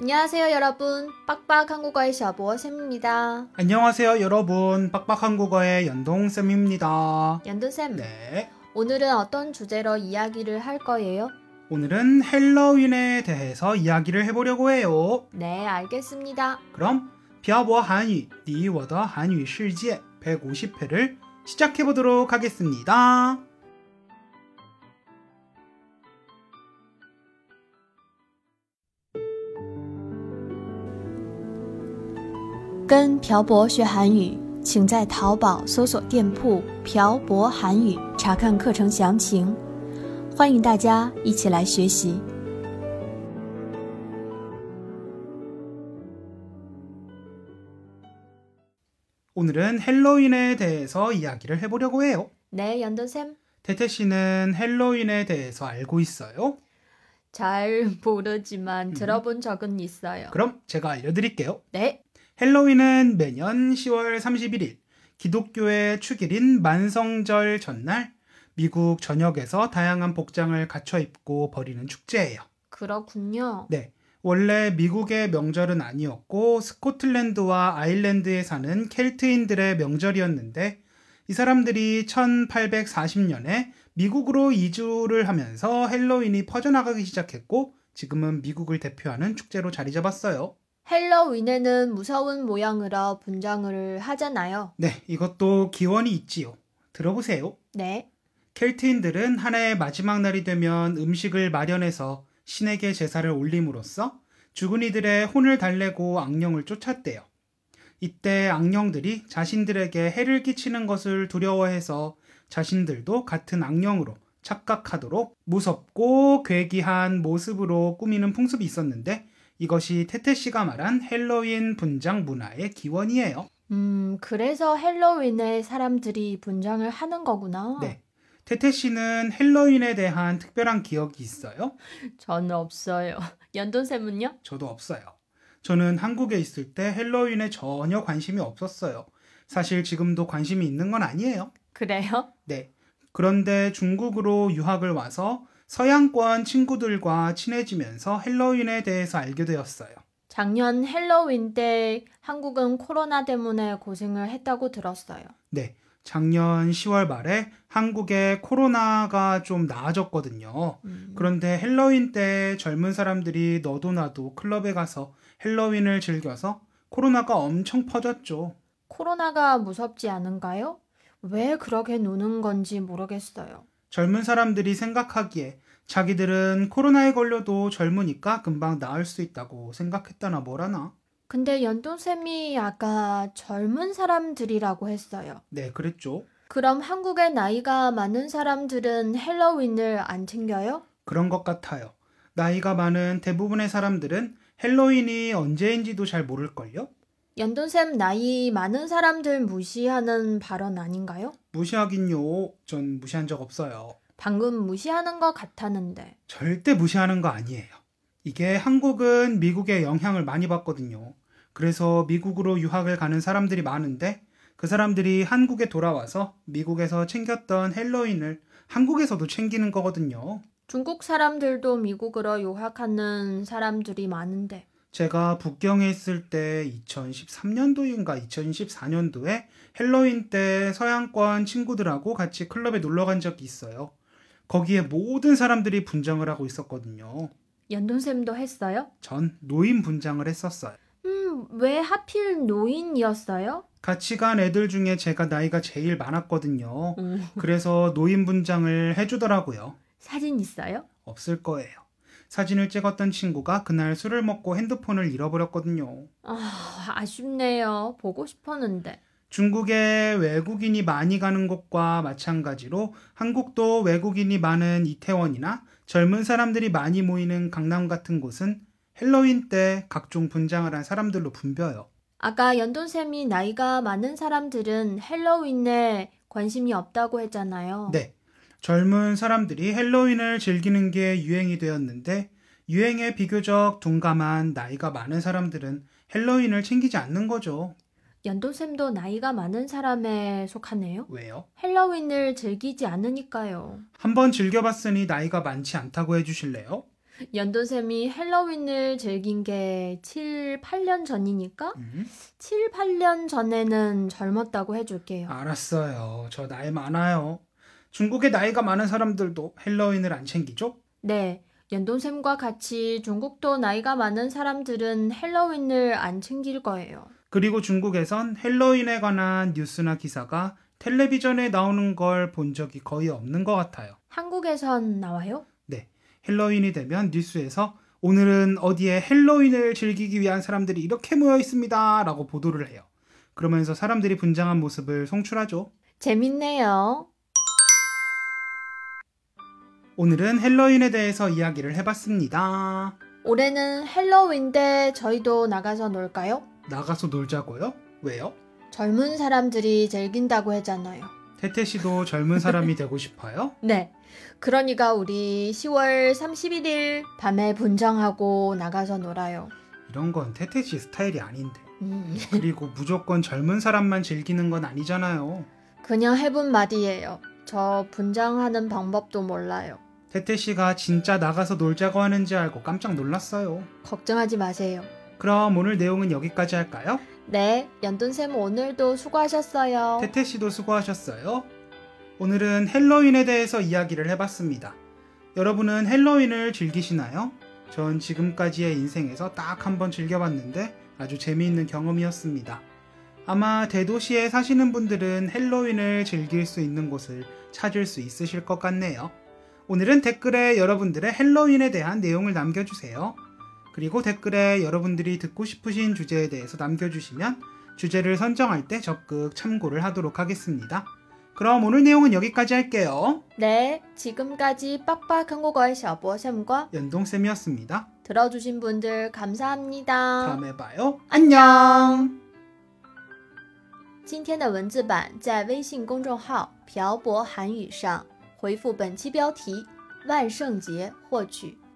안녕하세요 여러분. 빡빡 한국어의 샤보어 쌤입니다. 안녕하세요 여러분 빡빡한국어의 연동쌤입니다 연두쌤, 네 오늘은 어떤 주제로 이야기를 할 거예요? 오늘은 헬로윈에 대해서 이야기를 해보려고 해요 네, 알겠습니다. 그럼 비아보아 한위 니워더 한위 실제 150회를 시작해보도록 하겠습니다 跟朴博学韩语，请在淘宝搜索店铺“朴博韩语”查看课程详情。欢迎大家一起来学习。 오늘은 헬로윈에 대해서 이야기를 해보려고 해요 네, 연두쌤. 태태씨는 헬로윈에 대해서 알고 있어요? 잘 모르지만 들어본 적은 있어요. 음. 그럼 제가 알려드릴게요 네, 헬로윈은 매년 10월 31일 기독교의 축일인 만성절 전날 미국 전역에서 다양한 복장을 갖춰 입고 벌이는 축제예요. 그렇군요. 네. 원래 미국의 명절은 아니었고 스코틀랜드와 아일랜드에 사는 켈트인들의 명절이었는데 이 사람들이 1840년에 미국으로 이주를 하면서 헬로윈이 퍼져나가기 시작했고 지금은 미국을 대표하는 축제로 자리 잡았어요. 헬로윈에는 무서운 모양으로 분장을 하잖아요. 네, 이것도 기원이 있지요. 들어보세요. 네, 켈트인들은 한 해의 마지막 날이 되면 음식을 마련해서 신에게 제사를 올림으로써 죽은 이들의 혼을 달래고 악령을 쫓았대요. 이때 악령들이 자신들에게 해를 끼치는 것을 두려워해서 자신들도 같은 악령으로 착각하도록 무섭고 괴기한 모습으로 꾸미는 풍습이 있었는데 이것이 태태 씨가 말한 헬로윈 분장 문화의 기원이에요. 음, 그래서 헬로윈에 사람들이 분장을 하는 거구나. 네. 태태 씨는 헬로윈에 대한 특별한 기억이 있어요? 저는 없어요. 연돈쌤은요? 저도 없어요. 저는 한국에 있을 때 헬로윈에 전혀 관심이 없었어요. 사실 지금도 관심이 있는 건 아니에요. 그래요? 네. 그런데 중국으로 유학을 와서 서양권 친구들과 친해지면서 헬로윈에 대해서 알게 되었어요. 작년 헬로윈 때 한국은 코로나 때문에 고생을 했다고 들었어요. 네. 작년 10월 말에 한국에 코로나가 좀 나아졌거든요. 음, 그런데 헬로윈 때 젊은 사람들이 너도 나도 클럽에 가서 헬로윈을 즐겨서 코로나가 엄청 퍼졌죠. 코로나가 무섭지 않은가요? 왜 그렇게 노는 건지 모르겠어요. 젊은 사람들이 생각하기에 자기들은 코로나에 걸려도 젊으니까 금방 나을 수 있다고 생각했다나 뭐라나. 근데 연돈쌤이 아까 젊은 사람들이라고 했어요. 네, 그랬죠. 그럼 한국의 나이가 많은 사람들은 헬로윈을 안 챙겨요? 그런 것 같아요. 나이가 많은 대부분의 사람들은 헬로윈이 언제인지도 잘 모를걸요? 연돈쌤 나이 많은 사람들 무시하는 발언 아닌가요? 무시하긴요. 전 무시한 적 없어요. 방금 무시하는 것 같았는데. 절대 무시하는 거 아니에요. 이게 한국은 미국의 영향을 많이 받거든요. 그래서 미국으로 유학을 가는 사람들이 많은데 그 사람들이 한국에 돌아와서 미국에서 챙겼던 헬로윈을 한국에서도 챙기는 거거든요. 중국 사람들도 미국으로 유학하는 사람들이 많은데. 제가 북경에 있을 때 2013년도인가 2014년도에 헬로윈 때 서양권 친구들하고 같이 클럽에 놀러 간 적이 있어요. 거기에 모든 사람들이 분장을 하고 있었거든요. 연돈쌤도 했어요? 전 노인 분장을 했었어요. 음, 왜 하필 노인이었어요? 같이 간 애들 중에 제가 나이가 제일 많았거든요. 음, 그래서 노인 분장을 해주더라고요. 사진 있어요? 없을 거예요. 사진을 찍었던 친구가 그날 술을 먹고 핸드폰을 잃어버렸거든요. 아, 아쉽네요. 보고 싶었는데. 중국에 외국인이 많이 가는 곳과 마찬가지로 한국도 외국인이 많은 이태원이나 젊은 사람들이 많이 모이는 강남 같은 곳은 헬로윈 때 각종 분장을 한 사람들로 붐벼요. 아까 연돈쌤이 나이가 많은 사람들은 헬로윈에 관심이 없다고 했잖아요. 네. 젊은 사람들이 헬로윈을 즐기는 게 유행이 되었는데 유행에 비교적 둔감한 나이가 많은 사람들은 헬로윈을 챙기지 않는 거죠. 연돈쌤도 나이가 많은 사람에 속하네요. 왜요? 헬로윈을 즐기지 않으니까요. 한번 즐겨봤으니 나이가 많지 않다고 해주실래요? 연돈쌤이 헬로윈을 즐긴 게 7, 8년 전이니까 음. 7, 8년 전에는 젊었다고 해줄게요. 알았어요. 저 나이 많아요. 중국에 나이가 많은 사람들도 헬로윈을 안 챙기죠? 네, 연돈쌤과 같이 중국도 나이가 많은 사람들은 헬로윈을 안 챙길 거예요. 그리고 중국에선 헬로윈에 관한 뉴스나 기사가 텔레비전에 나오는 걸 본 적이 거의 없는 것 같아요. 한국에선 나와요? 헬로윈이 되면 뉴스에서 오늘은 어디에 헬로윈을 즐기기 위한 사람들이 이렇게 모여 있습니다. 라고 보도를 해요. 그러면서 사람들이 분장한 모습을 송출하죠. 재밌네요. 오늘은 헬로윈에 대해서 이야기를 해봤습니다. 올해는 헬로윈 때 저희도 나가서 놀까요? 나가서 놀자고요? 왜요? 젊은 사람들이 즐긴다고 했잖아요. 태태 씨도 젊은 사람이 되고 싶어요? 네. 그러니까 우리 10월 31일 밤에 분장하고 나가서 놀아요. 이런 건 태태 씨 스타일이 아닌데. 음. 그리고 무조건 젊은 사람만 즐기는 건 아니잖아요. 그냥 해본 말이에요. 저 분장하는 방법도 몰라요. 태태 씨가 진짜 나가서 놀자고 하는지 알고 깜짝 놀랐어요. 걱정하지 마세요. 그럼 오늘 내용은 여기까지 할까요? 네, 연돈쌤 오늘도 수고하셨어요. 태태 씨도 수고하셨어요. 오늘은 헬로윈에 대해서 이야기를 해봤습니다. 여러분은 헬로윈을 즐기시나요? 전 지금까지의 인생에서 딱 한 번 즐겨봤는데 아주 재미있는 경험이었습니다. 아마 대도시에 사시는 분들은 헬로윈을 즐길 수 있는 곳을 찾을 수 있으실 것 같네요. 오늘은 댓글에 여러분들의 헬로윈에 대한 내용을 남겨주세요. 그리고 댓글에 여러분들이 듣고 싶으신 주제에 대해서 남겨주시면 주제를 선정할 때 적극 참고를 하도록 하겠습니다. 그럼 오늘 내용은 여기까지 할게요. 네, 지금까지 빡빡한 국어의 샤보쌤과 연동쌤이었습니다. 들어주신 분들 감사합니다. 다음에 봐요. 안녕。今天的文字版在微信公众号“漂泊韩语”上回复本期标题“万圣节”获取。